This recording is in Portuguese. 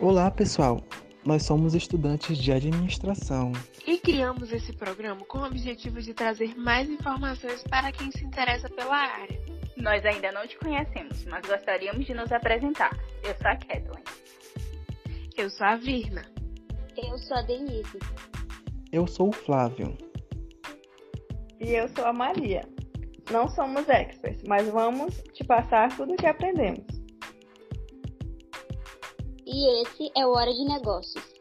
Olá, pessoal! Nós somos estudantes de administração. E criamos esse programa com o objetivo de trazer mais informações para quem se interessa pela área. Nós ainda não te conhecemos, mas gostaríamos de nos apresentar. Eu sou a Kathleen. Eu sou a Virna. Eu sou a Denise. Eu sou o Flávio. E eu sou a Maria. Não somos experts, mas vamos te passar tudo o que aprendemos. E esse é o Hora de Negócios.